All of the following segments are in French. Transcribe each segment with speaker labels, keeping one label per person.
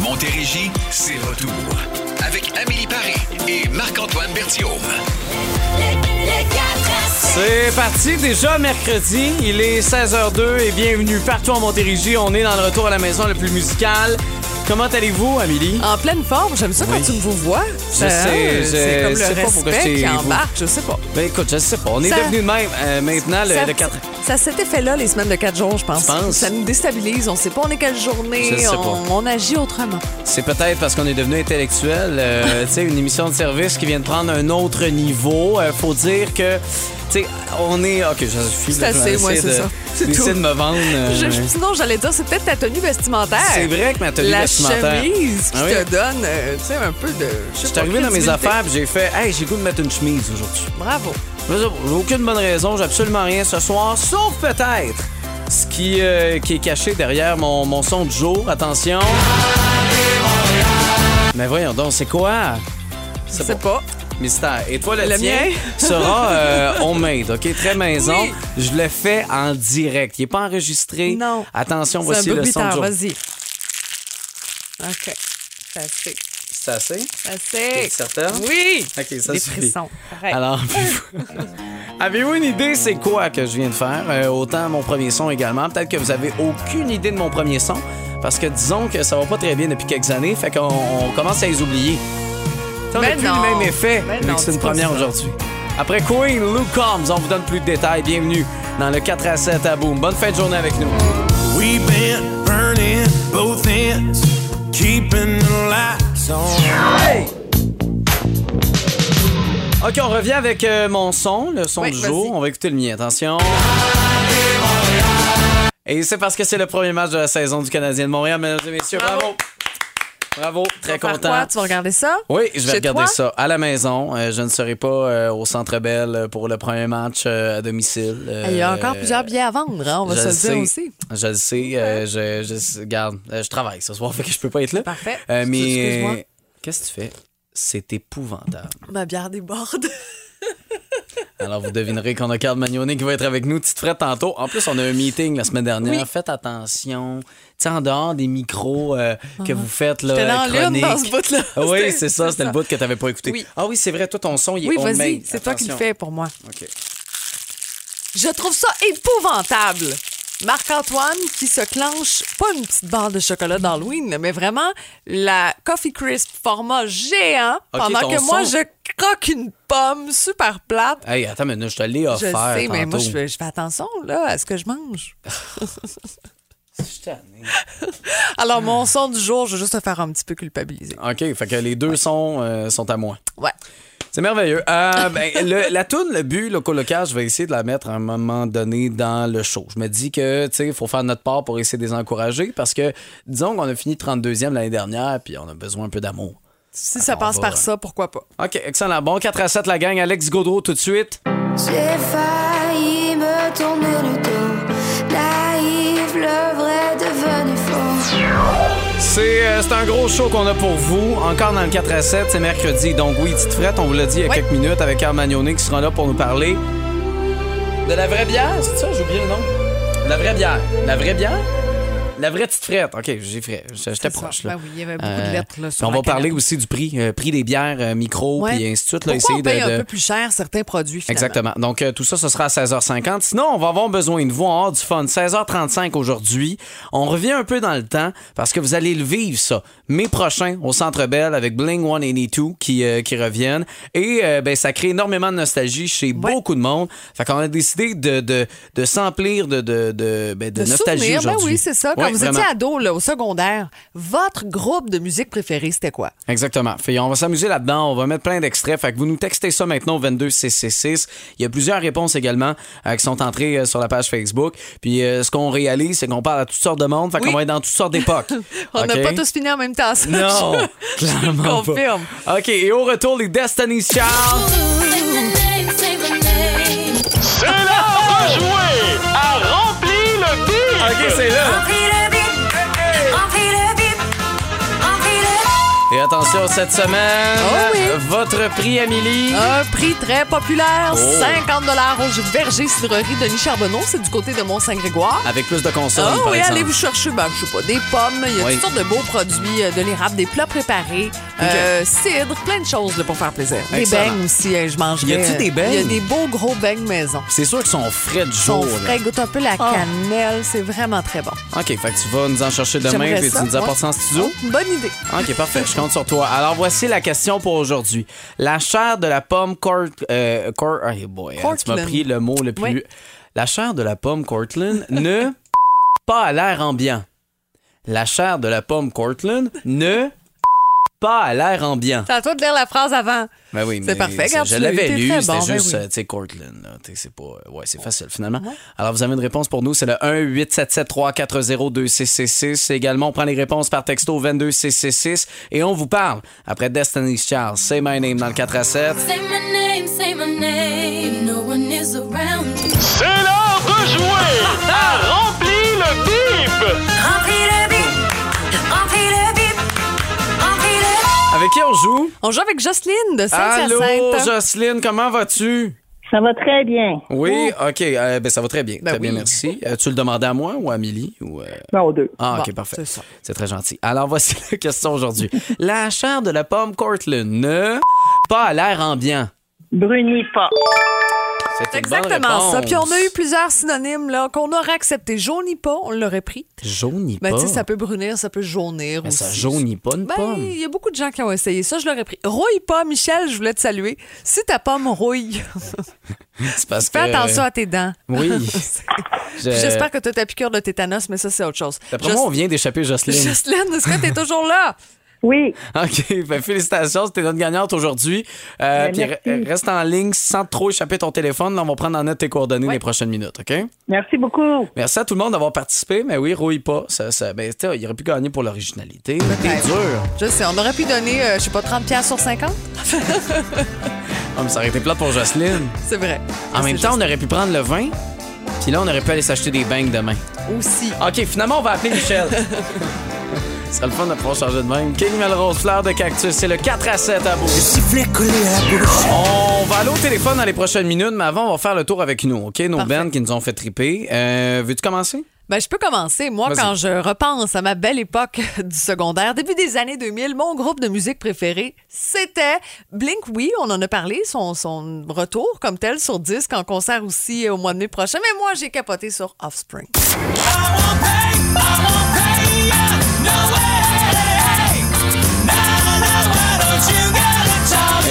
Speaker 1: Montérégie, c'est retour. Avec Amélie Paris et Marc-Antoine Bertiaume.
Speaker 2: C'est parti déjà mercredi, il est 16h02 et bienvenue partout en Montérégie. On est dans le retour à la maison le plus musical. Comment allez-vous, Amélie?
Speaker 3: En pleine forme, j'aime ça quand tu me vous vois. Euh, hein,
Speaker 2: Je sais, je-
Speaker 3: c'est comme
Speaker 2: je
Speaker 3: le
Speaker 2: sais pas pourquoi
Speaker 3: respect
Speaker 2: je
Speaker 3: qui
Speaker 2: t'ai vous.
Speaker 3: embarque, je sais pas.
Speaker 2: Ben écoute, je sais pas. On est
Speaker 3: Ça-
Speaker 2: devenu de même euh, maintenant le,
Speaker 3: ça,
Speaker 2: le 4
Speaker 3: ça a cet effet-là, les semaines de 4 jours, je pense.
Speaker 2: Tu penses?
Speaker 3: Ça nous déstabilise, on sait pas on est quelle
Speaker 2: Je
Speaker 3: journée,
Speaker 2: sais pas.
Speaker 3: on, on agit autrement.
Speaker 2: C'est peut-être parce qu'on est devenu intellectuel. euh, tu sais, une émission de service qui vient de prendre un autre niveau. Euh, faut dire que, tu sais, on est. Ok, je suis.
Speaker 3: C'est
Speaker 2: là, je vais
Speaker 3: assez, moi,
Speaker 2: essayer
Speaker 3: c'est
Speaker 2: de-
Speaker 3: ça. C'est
Speaker 2: d'essayer
Speaker 3: tout.
Speaker 2: de me vendre. euh,
Speaker 3: Je- je- sinon, j'allais dire, c'est peut-être ta tenue vestimentaire.
Speaker 2: C'est vrai que ma tenue
Speaker 3: La
Speaker 2: vestimentaire.
Speaker 3: chemise qui
Speaker 2: Ah oui.
Speaker 3: te donne, euh, tu sais, un peu de. je sais
Speaker 2: Je suis
Speaker 3: pas,
Speaker 2: arrivé dans mes
Speaker 3: crédibilité.
Speaker 2: affaires puis j'ai fait Hey, j'ai le goût de mettre une chemise aujourd'hui.
Speaker 3: Bravo.
Speaker 2: Mais ça, J'ai aucune bonne raison, j'ai absolument rien ce soir, sauf peut-être ce qui, euh, qui est caché derrière mon, mon son de jour. Attention. Mais voyons donc, c'est quoi?
Speaker 3: Je sais pas.
Speaker 2: Mystère. Et toi, le,
Speaker 3: Le
Speaker 2: tien
Speaker 3: mien?
Speaker 2: sera euh, homemade, OK? Très maison.
Speaker 3: Oui.
Speaker 2: Je le fais en direct. Il n'est pas enregistré.
Speaker 3: Non.
Speaker 2: Attention,
Speaker 3: C'est un
Speaker 2: voici
Speaker 3: peu
Speaker 2: le son de
Speaker 3: bizarre,
Speaker 2: jour.
Speaker 3: vas-y. OK. C'est assez.
Speaker 2: C'est assez?
Speaker 3: C'est assez.
Speaker 2: T'es certaine?
Speaker 3: Oui.
Speaker 2: OK, ça
Speaker 3: Des
Speaker 2: suffit.
Speaker 3: frissons. Arrête.
Speaker 2: Alors, avez-vous- avez-vous une idée c'est quoi que je viens de faire? Euh, autant mon premier son également. Peut-être que vous avez aucune idée de mon premier son. Parce que disons que ça va pas très bien depuis quelques années, fait qu'on on commence à les oublier. Ça, on n'a
Speaker 3: Ben
Speaker 2: plus
Speaker 3: non.
Speaker 2: le même effet,
Speaker 3: Ben
Speaker 2: vu
Speaker 3: non,
Speaker 2: que c'est une
Speaker 3: dis pas
Speaker 2: première
Speaker 3: ça.
Speaker 2: aujourd'hui. Après Queen, Luke Combs, on vous donne plus de détails. Bienvenue dans le 4 à 7 à Boom. Bonne fin de journée avec nous.
Speaker 4: We bent, burning both ends, keeping the lights on.
Speaker 2: OK, on revient avec euh, mon son, le son
Speaker 3: Oui,
Speaker 2: du
Speaker 3: vas-y.
Speaker 2: jour. On va écouter le mien, attention. Et c'est parce que c'est le premier match de la saison du Canadien de Montréal, mesdames et messieurs. Bravo! Bravo,
Speaker 3: Bravo.
Speaker 2: très
Speaker 3: Par
Speaker 2: content.
Speaker 3: quoi, tu vas regarder ça?
Speaker 2: Oui, je vais
Speaker 3: Chez
Speaker 2: regarder
Speaker 3: toi?
Speaker 2: ça à la maison. Euh, je ne serai pas euh, au Centre Bell pour le premier match euh, à domicile. Euh,
Speaker 3: Il y a encore
Speaker 2: euh,
Speaker 3: plusieurs billets à vendre, hein, on va
Speaker 2: je
Speaker 3: se le
Speaker 2: le
Speaker 3: dire
Speaker 2: sais.
Speaker 3: aussi.
Speaker 2: Je le sais. euh, je, je- regarde, euh, je travaille ce soir, fait que je peux pas être là.
Speaker 3: Parfait.
Speaker 2: Euh,
Speaker 3: Excuse-moi.
Speaker 2: mais qu'est-ce que tu fais? C'est épouvantable.
Speaker 3: Ma bière
Speaker 2: Euh,
Speaker 3: déborde.
Speaker 2: Alors, vous devinerez qu'on a Carl Magnoné qui va être avec nous. Petite frette tantôt. En plus, on a un meeting la semaine dernière. Faites attention. Tu sais, en dehors des micros euh, que vous faites, là,
Speaker 3: Ah. J'étais dans l'une
Speaker 2: chroniques.
Speaker 3: dans ce bout-là.
Speaker 2: Ah Oui,
Speaker 3: C'était-
Speaker 2: c'est ça.
Speaker 3: c'est
Speaker 2: C'était
Speaker 3: ça.
Speaker 2: le bout que t'avais pas écouté.
Speaker 3: Oui.
Speaker 2: Ah oui, c'est vrai. Toi, ton son, il est
Speaker 3: Oui,
Speaker 2: homemade.
Speaker 3: vas-y, c'est toi qui le
Speaker 2: Attention.
Speaker 3: fais pour moi.
Speaker 2: OK.
Speaker 3: Je trouve ça épouvantable. Marc-Antoine qui se clenche pas une petite barre de chocolat d'Halloween, mais vraiment la Coffee Crisp format géant
Speaker 2: Ok,
Speaker 3: pendant
Speaker 2: ton
Speaker 3: que moi
Speaker 2: son.
Speaker 3: je croque une pomme super plate.
Speaker 2: Hey, attends, mais je te l'ai
Speaker 3: Je sais,
Speaker 2: offert.
Speaker 3: mais moi
Speaker 2: tantôt.
Speaker 3: je fais, je fais attention là, à ce que je mange.
Speaker 2: Je suis tanné.
Speaker 3: Alors mon son du jour, je vais juste te faire un petit peu culpabiliser.
Speaker 2: OK, fait que les deux sons euh, sont à moi.
Speaker 3: Ouais.
Speaker 2: C'est merveilleux. Euh, ben, le- la toune, le but, le colocage, je vais essayer de la mettre à un moment donné dans le show. Je me dis que, tu sais, il faut faire notre part pour essayer de les encourager parce que, disons qu'on a fini 32e l'année dernière, puis on a besoin un peu d'amour.
Speaker 3: Si ça
Speaker 2: Ah, on
Speaker 3: passe
Speaker 2: va.
Speaker 3: par ça, pourquoi pas?
Speaker 2: OK, excellent. Bon, 4 à 7, la gang. Alex Gaudreau, tout de suite.
Speaker 5: J'ai failli me tourner le dos. Naïf, le vrai devenu faux.
Speaker 2: C'est euh, c'est un gros show qu'on a pour vous. Encore dans le 4 à 7, c'est mercredi. Donc, oui, petite frette, on vous l'a dit il y a
Speaker 3: Oui.
Speaker 2: quelques minutes avec Armagnoni qui sera là pour nous parler de la vraie bière, c'est ça? J'ai oublié le nom. La vraie bière. La vraie bière? La vraie petite frette. OK, j'ai frais. J'étais
Speaker 3: ça.
Speaker 2: proche. Là. Euh,
Speaker 3: Ben oui, il y avait beaucoup de lettres, là, sur
Speaker 2: puis on
Speaker 3: la
Speaker 2: va
Speaker 3: canette.
Speaker 2: parler aussi du prix, euh, prix des bières, euh, micro,
Speaker 3: Ouais.
Speaker 2: puis ainsi de suite. Là,
Speaker 3: Pourquoi on
Speaker 2: de-
Speaker 3: paye
Speaker 2: de-
Speaker 3: un peu plus cher certains produits finalement?
Speaker 2: Exactement. Donc, euh, tout ça, ce sera à 16h50. Sinon, on va avoir besoin de vous en hors du fun. 16h35 aujourd'hui. On revient un peu dans le temps parce que vous allez le vivre, ça. Mai prochain, au Centre Bell, avec Bling 182 qui, euh, qui reviennent. Et euh, ben, ça crée énormément de nostalgie chez beaucoup de monde. Fait qu'on a décidé de, de, de s'emplir de, de, de, ben, de
Speaker 3: de
Speaker 2: nostalgie
Speaker 3: souvenirs. Ben
Speaker 2: aujourd'hui.
Speaker 3: oui, c'est ça. Quand
Speaker 2: Ouais,
Speaker 3: vous
Speaker 2: vraiment.
Speaker 3: étiez ado là, au secondaire, votre groupe de musique préféré, c'était quoi?
Speaker 2: Exactement. Fait, on va s'amuser là-dedans. On va mettre plein d'extraits. Fait que vous nous textez ça maintenant au 22666. Il y a plusieurs réponses également euh, qui sont entrées euh, sur la page Facebook. Puis euh, ce qu'on réalise, c'est qu'on parle à toutes sortes de monde. Fait
Speaker 3: Oui.
Speaker 2: qu'on va être dans toutes sortes d'époques.
Speaker 3: On n'a
Speaker 2: OK?
Speaker 3: pas tous fini en même temps. Ça,
Speaker 2: Non,
Speaker 3: je, je le
Speaker 2: clairement
Speaker 3: confirme.
Speaker 2: pas. OK, et au retour, les Destiny's Child.
Speaker 6: C'est là à jouer à remplir le bide.
Speaker 2: OK, c'est là.
Speaker 5: Remplis le vide, remplis le vide, remplis le
Speaker 2: Et attention, cette semaine,
Speaker 3: Oh oui. Ah.
Speaker 2: votre prix, Amélie.
Speaker 3: Un prix très populaire,
Speaker 2: Oh.
Speaker 3: 50 au Verger Cidrerie Denis Charbonneau, c'est du côté de Mont-Saint-Grégoire.
Speaker 2: Avec plus de consonnes,
Speaker 3: Ah
Speaker 2: par
Speaker 3: oui,
Speaker 2: exemple.
Speaker 3: allez vous chercher, ben, je sais pas, des pommes, il y a
Speaker 2: Oui.
Speaker 3: toutes sortes de beaux produits, euh, de l'érable, des plats préparés, euh, cidre, plein de choses là, pour faire plaisir.
Speaker 2: Excellent.
Speaker 3: Des beignes aussi, euh, je mangerai.
Speaker 2: Y a-tu des beignes?
Speaker 3: Il y a des beaux gros beignes maison.
Speaker 2: C'est sûr qu'ils sont frais du
Speaker 3: Ils sont
Speaker 2: jour. là.
Speaker 3: frais, goûte un peu la
Speaker 2: Ah.
Speaker 3: cannelle, c'est vraiment très bon.
Speaker 2: OK, fait que tu vas nous en chercher demain
Speaker 3: J'aimerais
Speaker 2: puis tu
Speaker 3: ça,
Speaker 2: nous apportes ça en
Speaker 3: moi.
Speaker 2: studio.
Speaker 3: Oh, bonne idée.
Speaker 2: OK, parfait. Je compte sur toi. Alors, voici la question pour aujourd'hui. La chair de la pomme Cort... euh, Cort- hey boy, hein, tu m'as
Speaker 3: Cortland.
Speaker 2: pris le mot le plus...
Speaker 3: Oui.
Speaker 2: La chair de la pomme Cortland ne... pas à l'air ambiant. La chair de la pomme Cortland ne... pas à l'air ambiant.
Speaker 3: C'est à toi de lire la phrase avant.
Speaker 2: Ben oui,
Speaker 3: C'est
Speaker 2: mais
Speaker 3: parfait, regarde,
Speaker 2: Je
Speaker 3: tu l'as eu,
Speaker 2: l'avais
Speaker 3: t'es
Speaker 2: lu,
Speaker 3: très
Speaker 2: c'était
Speaker 3: bon, ben
Speaker 2: juste,
Speaker 3: oui.
Speaker 2: euh, tu sais, Cortland. là, tu sais, C'est pas. euh, Ouais, c'est facile finalement. Alors, vous avez une réponse pour nous, c'est le 1 877 340 2666 Également, on prend les réponses par texto 22666 et on vous parle. Après Destiny's Child, Say My Name dans le 4 à 7.
Speaker 7: Say my name, say my name. No one is around.
Speaker 6: C'est l'heure de jouer à Rempli le bip
Speaker 7: Remplis le bip, remplis le bip, remplis le bip.
Speaker 2: Avec qui on joue?
Speaker 3: On joue avec Jocelyne de
Speaker 2: Allô,
Speaker 3: Saint-Hyacinthe.
Speaker 2: Jocelyne, comment vas-tu?
Speaker 8: Ça va très bien.
Speaker 2: Oui, OK, euh, ben, ça va très bien.
Speaker 3: Ben
Speaker 2: très bien,
Speaker 3: oui.
Speaker 2: merci. Euh, tu le demandais à moi ou à Amélie? Ou, euh,
Speaker 8: Non, deux.
Speaker 2: Ah, OK,
Speaker 3: Bon,
Speaker 2: parfait.
Speaker 3: c'est ça.
Speaker 2: C'est très gentil. Alors, voici la question aujourd'hui. la chair de la pomme Cortland ne pas à l'air ambiant.
Speaker 8: Brunis pas.
Speaker 2: C'est
Speaker 3: C'est
Speaker 2: une bonne
Speaker 3: Exactement ça.
Speaker 2: réponse.
Speaker 3: Puis on a eu plusieurs synonymes là qu'on aurait accepté. Jaunit pas, on l'aurait pris.
Speaker 2: Jaunit
Speaker 3: Ben,
Speaker 2: pas.
Speaker 3: tu sais, ça peut brunir, ça peut jaunir
Speaker 2: Mais
Speaker 3: aussi.
Speaker 2: ça jaunit pas une
Speaker 3: Ben,
Speaker 2: pomme.
Speaker 3: il y a beaucoup de gens qui ont essayé ça, je l'aurais pris. Rouille pas, Michel, je voulais te saluer. Si ta pomme rouille,
Speaker 2: C'est parce
Speaker 3: fais
Speaker 2: que-
Speaker 3: attention à tes dents.
Speaker 2: Oui. Je-
Speaker 3: Puis J'espère que tu as ta piqûre de tétanos, mais ça, c'est autre chose.
Speaker 2: euh, D'après moi, on vient d'échapper Jocelyne.
Speaker 3: Justine, est-ce que t'es toujours là?
Speaker 8: Oui,
Speaker 2: OK, ben, félicitations, c'était notre gagnante aujourd'hui. Euh,
Speaker 8: Ben,
Speaker 2: puis
Speaker 8: merci.
Speaker 2: re- reste en ligne sans trop échapper ton téléphone. Là, on va prendre en note tes coordonnées les prochaines minutes, OK?
Speaker 8: merci beaucoup.
Speaker 2: Merci à tout le monde d'avoir participé. Mais oui, rouille pas. Ça, ça, ben, tu sais, il aurait pu gagner pour l'originalité. mais T'es dur.
Speaker 3: Je sais, on aurait pu donner, euh, je sais pas, 30 pièces sur 50?
Speaker 2: Ah, mais ça aurait été plate pour Jocelyne.
Speaker 3: C'est vrai.
Speaker 2: En même
Speaker 3: C'est
Speaker 2: temps, on aurait pu prendre le vin, puis là, on aurait pu aller s'acheter des bangs demain.
Speaker 3: juste- Aussi.
Speaker 2: OK, finalement, on va appeler Michel. Ce serait le fun de pouvoir changer de même. King Melrose, fleur de cactus, c'est le 4 à 7 à Beauce. On va aller au téléphone dans les prochaines minutes, mais avant, on va faire le tour avec nous, OK? Nos
Speaker 3: Parfait.
Speaker 2: bands qui nous ont fait triper. Euh, Veux-tu commencer?
Speaker 3: Ben, je peux commencer. Moi,
Speaker 2: Vas-y.
Speaker 3: quand je repense à ma belle époque du secondaire, début des années 2000, mon groupe de musique préféré, c'était Blink. Oui, on en a parlé, son, son retour comme tel sur disque en concert aussi au mois de mai prochain. Mais moi, j'ai capoté sur Offspring.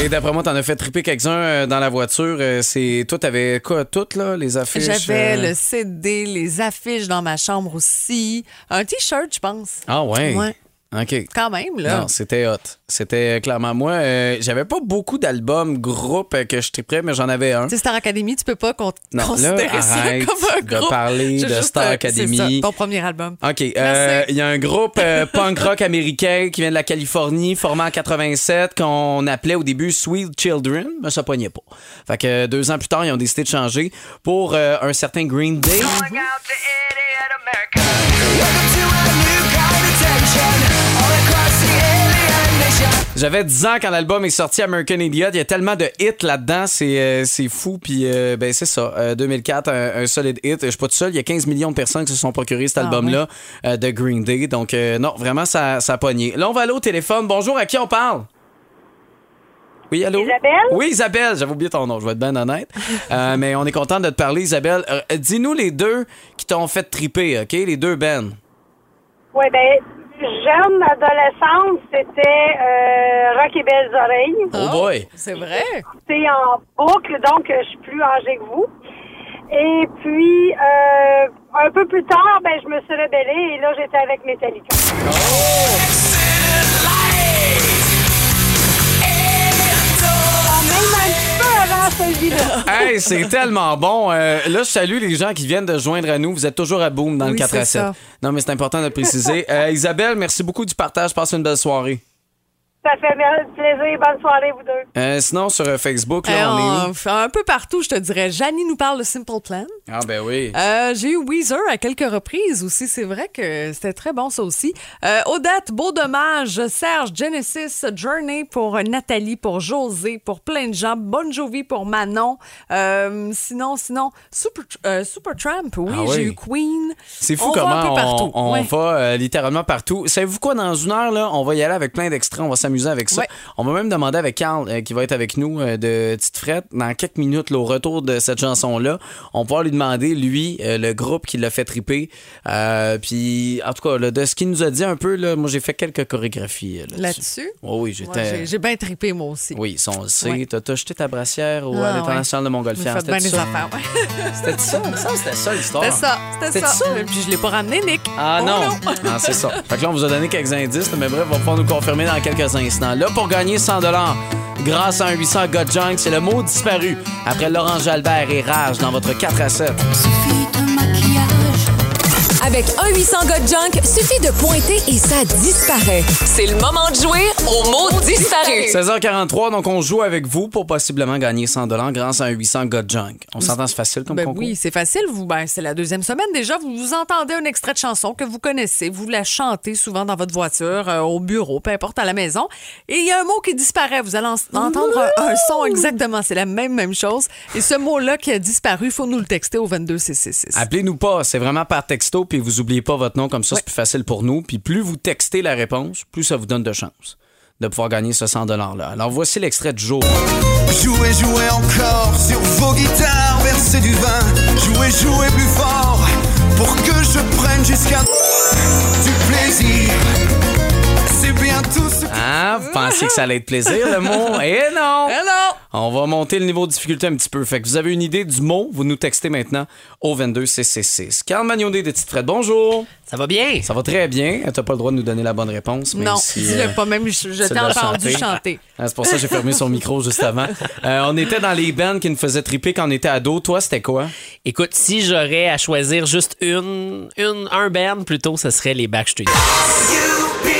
Speaker 2: Et d'après moi, t'en as fait triper quelques-uns euh, dans la voiture. Euh, C'est Toi, t'avais quoi? Toutes, là, les affiches?
Speaker 3: J'avais
Speaker 2: euh,
Speaker 3: le CD, les affiches dans ma chambre aussi, un T-shirt, je pense.
Speaker 2: Ah ouais?
Speaker 3: Ouais.
Speaker 2: OK.
Speaker 3: Quand même, là.
Speaker 2: Non, c'était hot. C'était clairement moi. euh, j'avais pas beaucoup d'albums groupes euh, que je triperais, mais j'en avais un.
Speaker 3: Tu sais, Star Academy, tu peux pas con-
Speaker 2: Non,
Speaker 3: considérer
Speaker 2: là,
Speaker 3: ça
Speaker 2: arrête
Speaker 3: comme un
Speaker 2: de
Speaker 3: groupe.
Speaker 2: parler
Speaker 3: J'ai
Speaker 2: de
Speaker 3: juste,
Speaker 2: Star
Speaker 3: euh,
Speaker 2: Academy.
Speaker 3: c'est ça, ton premier album.
Speaker 2: OK. euh,
Speaker 3: Merci.
Speaker 2: Il y a un groupe euh, punk rock américain qui vient de la Californie, formé en 87, qu'on appelait au début Sweet Children, mais ça poignait pas. Fait que euh, deux ans plus tard, ils ont décidé de changer pour euh, un certain Green Day. J'avais 10 ans quand l'album est sorti, American Idiot. Il y a tellement de hits là-dedans, c'est, euh, c'est fou. Puis, euh, ben, c'est ça. Euh, 2004, un, un solide hit. Je suis pas tout seul. Il y a 15 millions de personnes qui se sont procurées cet
Speaker 3: Ah,
Speaker 2: album-là euh, de Green Day. Donc, euh, non, vraiment, ça, ça a pogné. Là, on va aller au téléphone. Bonjour, à qui on parle? Oui, allô?
Speaker 8: Isabelle?
Speaker 2: Oui, Isabelle. J'avais oublié ton nom, je vais être bien honnête. Euh, mais on est content de te parler, Isabelle. Euh, dis-nous les deux qui t'ont fait triper, OK? Les deux Ben.
Speaker 9: Oui, ben, jeune adolescente, c'était euh, Rock et Belles Oreilles.
Speaker 10: Ah.
Speaker 2: Oh boy.
Speaker 3: C'est vrai.
Speaker 9: C'était en boucle, donc euh, je suis plus âgée que vous. Et puis, euh, un peu plus tard, ben, je me suis rebellée et là, j'étais avec Metallica. Quand même un petit peu avant celui-là.
Speaker 2: Hey, c'est tellement bon. Euh, là, je salue les gens qui viennent de se joindre à nous. Vous êtes toujours à Boom dans le
Speaker 3: Oui,
Speaker 2: 4 à
Speaker 3: c'est
Speaker 2: 7.
Speaker 3: ça.
Speaker 2: Non, mais c'est important de le préciser. Euh, Isabelle, merci beaucoup du partage. Passe une belle soirée.
Speaker 9: Ça fait mer- plaisir. Bonne soirée, vous deux.
Speaker 2: Euh, sinon, sur euh, Facebook, là,
Speaker 3: Eh,
Speaker 2: on, est
Speaker 3: on-
Speaker 2: où?
Speaker 3: Un peu partout, je te dirais. Janie nous parle de Simple Plan.
Speaker 2: Ah, ben oui.
Speaker 3: Euh, J'ai eu Weezer à quelques reprises aussi. C'est vrai que c'était très bon, ça aussi. Euh, Odette, Beau Dommage, Serge, Genesis, Journey pour Nathalie, pour José, pour plein de gens, Bon Jovi pour Manon. Euh, sinon, sinon, Super, Tramp, oui,
Speaker 2: Ah oui.
Speaker 3: j'ai eu Queen.
Speaker 2: C'est fou
Speaker 3: On
Speaker 2: comment
Speaker 3: va un peu
Speaker 2: on,
Speaker 3: partout.
Speaker 2: on
Speaker 3: Ouais.
Speaker 2: va euh, littéralement partout. Savez-vous quoi, dans une heure, là, on va y aller avec plein d'extraits, on va s'amuser avec ça.
Speaker 3: Ouais.
Speaker 2: On va même demander avec Carl, euh, qui va être avec nous euh, de Petite Frette, dans quelques minutes, là, au retour de cette chanson-là, on va pouvoir lui demander, lui, euh, le groupe qui l'a fait triper. Euh, puis, en tout cas, là, de ce qu'il nous a dit un peu, là, moi, j'ai fait quelques chorégraphies euh, là-dessus.
Speaker 3: Là-dessus?
Speaker 2: Oui, oui,
Speaker 3: Ouais,
Speaker 2: j'étais...
Speaker 3: j'ai- j'ai bien trippé, moi aussi.
Speaker 2: oui, ça, on le sait.
Speaker 3: Ouais.
Speaker 2: T'as t'as jeté ta brassière au,
Speaker 3: Ah,
Speaker 2: à l'international de
Speaker 3: Vous me
Speaker 2: Montgolfière.
Speaker 3: faites bien
Speaker 2: C'était
Speaker 3: des
Speaker 2: ça.
Speaker 3: affaires, ouais.
Speaker 2: C'était ça, il me semble que c'était ça l'histoire.
Speaker 3: C'était ça, c'était
Speaker 2: C'était
Speaker 3: ça.
Speaker 2: ça.
Speaker 3: Puis je l'ai pas ramené, Nick.
Speaker 2: Ah
Speaker 3: Oh
Speaker 2: non! non, c'est ça. Fait que là, on vous a donné quelques indices, mais bref, on va pouvoir nous confirmer dans quelques instants. Là, pour gagner 100 grâce à un 800 Godjunk, c'est le mot disparu après Laurent Jalbert et Rage dans votre 4 à 7.
Speaker 5: Suffit de maquillage.
Speaker 10: Avec 1-800 Got Junk, suffit de pointer et ça disparaît. C'est le moment de jouer au mot disparu.
Speaker 2: 16h43, donc on joue avec vous pour possiblement gagner 100 grâce à un 800 Godjunk. On s'entend, c'est facile comme
Speaker 3: Ben
Speaker 2: concours?
Speaker 3: oui, c'est facile. Vous, ben, c'est la deuxième semaine déjà. Vous, vous entendez un extrait de chanson que vous connaissez. Vous la chantez souvent dans votre voiture, euh, au bureau, peu importe, à la maison. Et il y a un mot qui disparaît. Vous allez en- entendre un, un son exactement. C'est la même, même chose. Et ce mot-là qui a disparu, il faut nous le texter au 22666.
Speaker 2: Appelez-nous pas, c'est vraiment par texto, puis vous oubliez pas votre nom, comme ça c'est plus facile pour nous. Puis plus vous textez la réponse, plus ça vous donne de chance de pouvoir gagner ce 100 $-là. Alors voici l'extrait du jour.
Speaker 1: Jouez, jouez encore sur vos guitares, versez du vin. Jouez, jouez plus fort pour que je prenne jusqu'à du plaisir. C'est bien tout ce
Speaker 2: Ah, vous pensiez que ça allait être plaisir, le mot? Eh non!
Speaker 3: Hello!
Speaker 2: On va monter le niveau de difficulté un petit peu. Fait que vous avez une idée du mot, vous nous textez maintenant au 22666. Carl Magnonnet de Tite Fred, bonjour!
Speaker 11: Ça va bien?
Speaker 2: Ça va très bien. Euh, T'as pas le droit de nous donner la bonne réponse. même
Speaker 3: Non,
Speaker 2: si,
Speaker 3: dis-le
Speaker 2: euh,
Speaker 3: pas. Même, je, je
Speaker 2: tu
Speaker 3: t'ai
Speaker 2: l'as
Speaker 3: entendu
Speaker 2: chanté.
Speaker 3: chanter.
Speaker 2: Ah, C'est pour ça que j'ai fermé son micro juste avant. Euh, on était dans les bands qui nous faisaient triper quand on était ado. Toi, c'était quoi?
Speaker 11: Écoute, si j'aurais à choisir juste une, une un band plutôt, ce serait les Backstreet. Boys.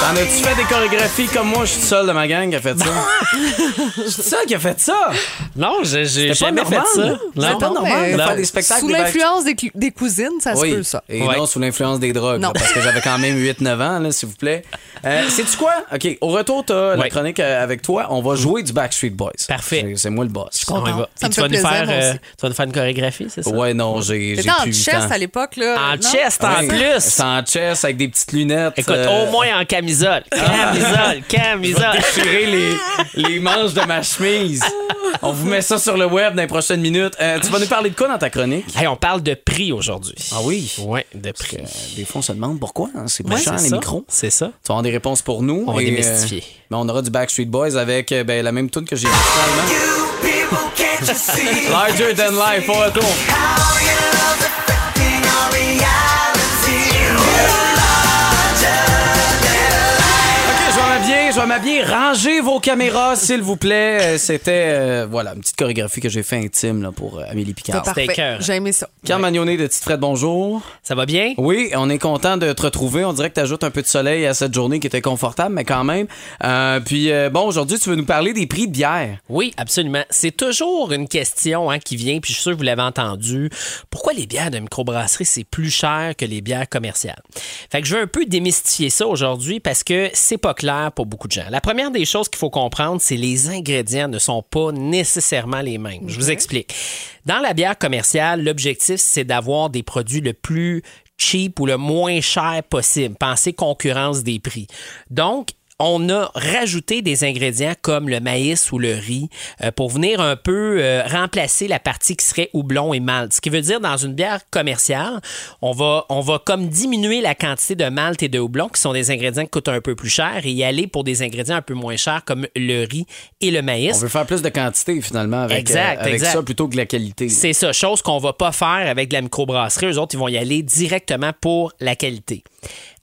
Speaker 2: T'en as-tu fait des chorégraphies comme moi? Je suis seul de ma gang qui a fait ça. Je suis seul qui a fait ça!
Speaker 11: Non, j'ai j'ai
Speaker 2: C'était pas
Speaker 11: jamais fait
Speaker 2: normal.
Speaker 11: ça.
Speaker 2: C'était
Speaker 11: Non.
Speaker 2: pas normal de
Speaker 11: Non.
Speaker 2: faire des spectacles
Speaker 3: Sous
Speaker 2: des Backstreet
Speaker 3: l'influence des, cl- des cousines, ça se peut, ça.
Speaker 2: Et
Speaker 11: Ouais.
Speaker 2: non sous l'influence des drogues,
Speaker 3: Non.
Speaker 2: là, parce que j'avais quand même 8-9 ans, là, s'il vous plaît. Euh, Sais-tu quoi? OK, au retour, t'as la
Speaker 11: Ouais.
Speaker 2: chronique euh, avec toi. On va jouer du Backstreet Boys.
Speaker 11: Parfait.
Speaker 2: C'est- C'est moi le boss.
Speaker 11: On y va.
Speaker 3: Ça
Speaker 11: Puis
Speaker 3: me
Speaker 11: tu
Speaker 3: fait
Speaker 11: vas nous
Speaker 3: plaisir,
Speaker 11: faire,
Speaker 3: moi
Speaker 11: euh,
Speaker 3: aussi.
Speaker 11: tu vas nous faire une chorégraphie, c'est ça?
Speaker 2: Ouais, non, j'ai j'ai
Speaker 3: T'étais en
Speaker 2: plus 8
Speaker 3: chest
Speaker 2: ans. Ah
Speaker 3: à l'époque, là.
Speaker 11: En
Speaker 3: non?
Speaker 11: chest en
Speaker 2: Oui.
Speaker 11: plus.
Speaker 2: J'étais en chest avec des petites lunettes.
Speaker 11: Écoute,
Speaker 2: euh,
Speaker 11: au moins en camisole. Camisole, camisole.
Speaker 2: Tirer les, les manches de ma chemise. On vous met ça sur le web dans les prochaines minutes. Euh, tu vas nous parler de quoi dans ta chronique?
Speaker 11: Hey, on parle de prix aujourd'hui.
Speaker 2: Ah oui?
Speaker 11: Ouais, de prix.
Speaker 2: Euh, Des fois, on se demande pourquoi. hein, C'est plus
Speaker 11: Ouais,
Speaker 2: cher,
Speaker 11: c'est
Speaker 2: les
Speaker 11: ça.
Speaker 2: micros.
Speaker 11: C'est ça.
Speaker 2: Tu vas avoir des réponses pour nous.
Speaker 11: On va
Speaker 2: et,
Speaker 11: démystifier.
Speaker 2: euh, ben, on aura du Backstreet Boys avec euh, ben, la même tune que j'ai dit finalement. Larger than life, au retour. Ok, je vais m'habiller, Je vais m'habiller. Rangez vos caméras, s'il vous plaît. Euh, C'était euh, voilà une petite chorégraphie que j'ai fait intime là, pour euh, Amélie
Speaker 3: T'as
Speaker 2: Picard.
Speaker 3: Ah, parfait.
Speaker 11: écœurant.
Speaker 3: J'ai aimé ça.
Speaker 2: Carl Magnonnet de Petite Fred, bonjour.
Speaker 11: Ça va bien?
Speaker 2: Oui, on est content de te retrouver. On dirait que tu ajoutes un peu de soleil à cette journée qui était confortable, mais quand même. Euh, puis, euh, bon, aujourd'hui, tu veux nous parler des prix de bière.
Speaker 11: Oui, absolument. C'est toujours une question hein, qui vient, puis je suis sûr que vous l'avez entendu. Pourquoi les bières de microbrasserie, c'est plus cher que les bières commerciales? Fait que je veux un peu démystifier ça aujourd'hui parce que c'est pas clair pour beaucoup de gens. La première des choses qu'il faut comprendre, c'est les ingrédients ne sont pas nécessairement les mêmes. Je vous explique. Dans la bière commerciale, l'objectif, c'est d'avoir des produits le plus cheap ou le moins cher possible. Pensez concurrence des prix. Donc, on a rajouté des ingrédients comme le maïs ou le riz euh, pour venir un peu euh, remplacer la partie qui serait houblon et malt. Ce qui veut dire dans une bière commerciale, on va, on va comme diminuer la quantité de malt et de houblon qui sont des ingrédients qui coûtent un peu plus cher et y aller pour des ingrédients un peu moins chers comme le riz et le maïs.
Speaker 2: On veut faire plus de quantité, finalement, avec,
Speaker 11: Exact,
Speaker 2: euh, avec
Speaker 11: exact.
Speaker 2: ça plutôt que la qualité.
Speaker 11: C'est ça, chose qu'on va pas faire avec de la microbrasserie. Eux autres, ils vont y aller directement pour la qualité.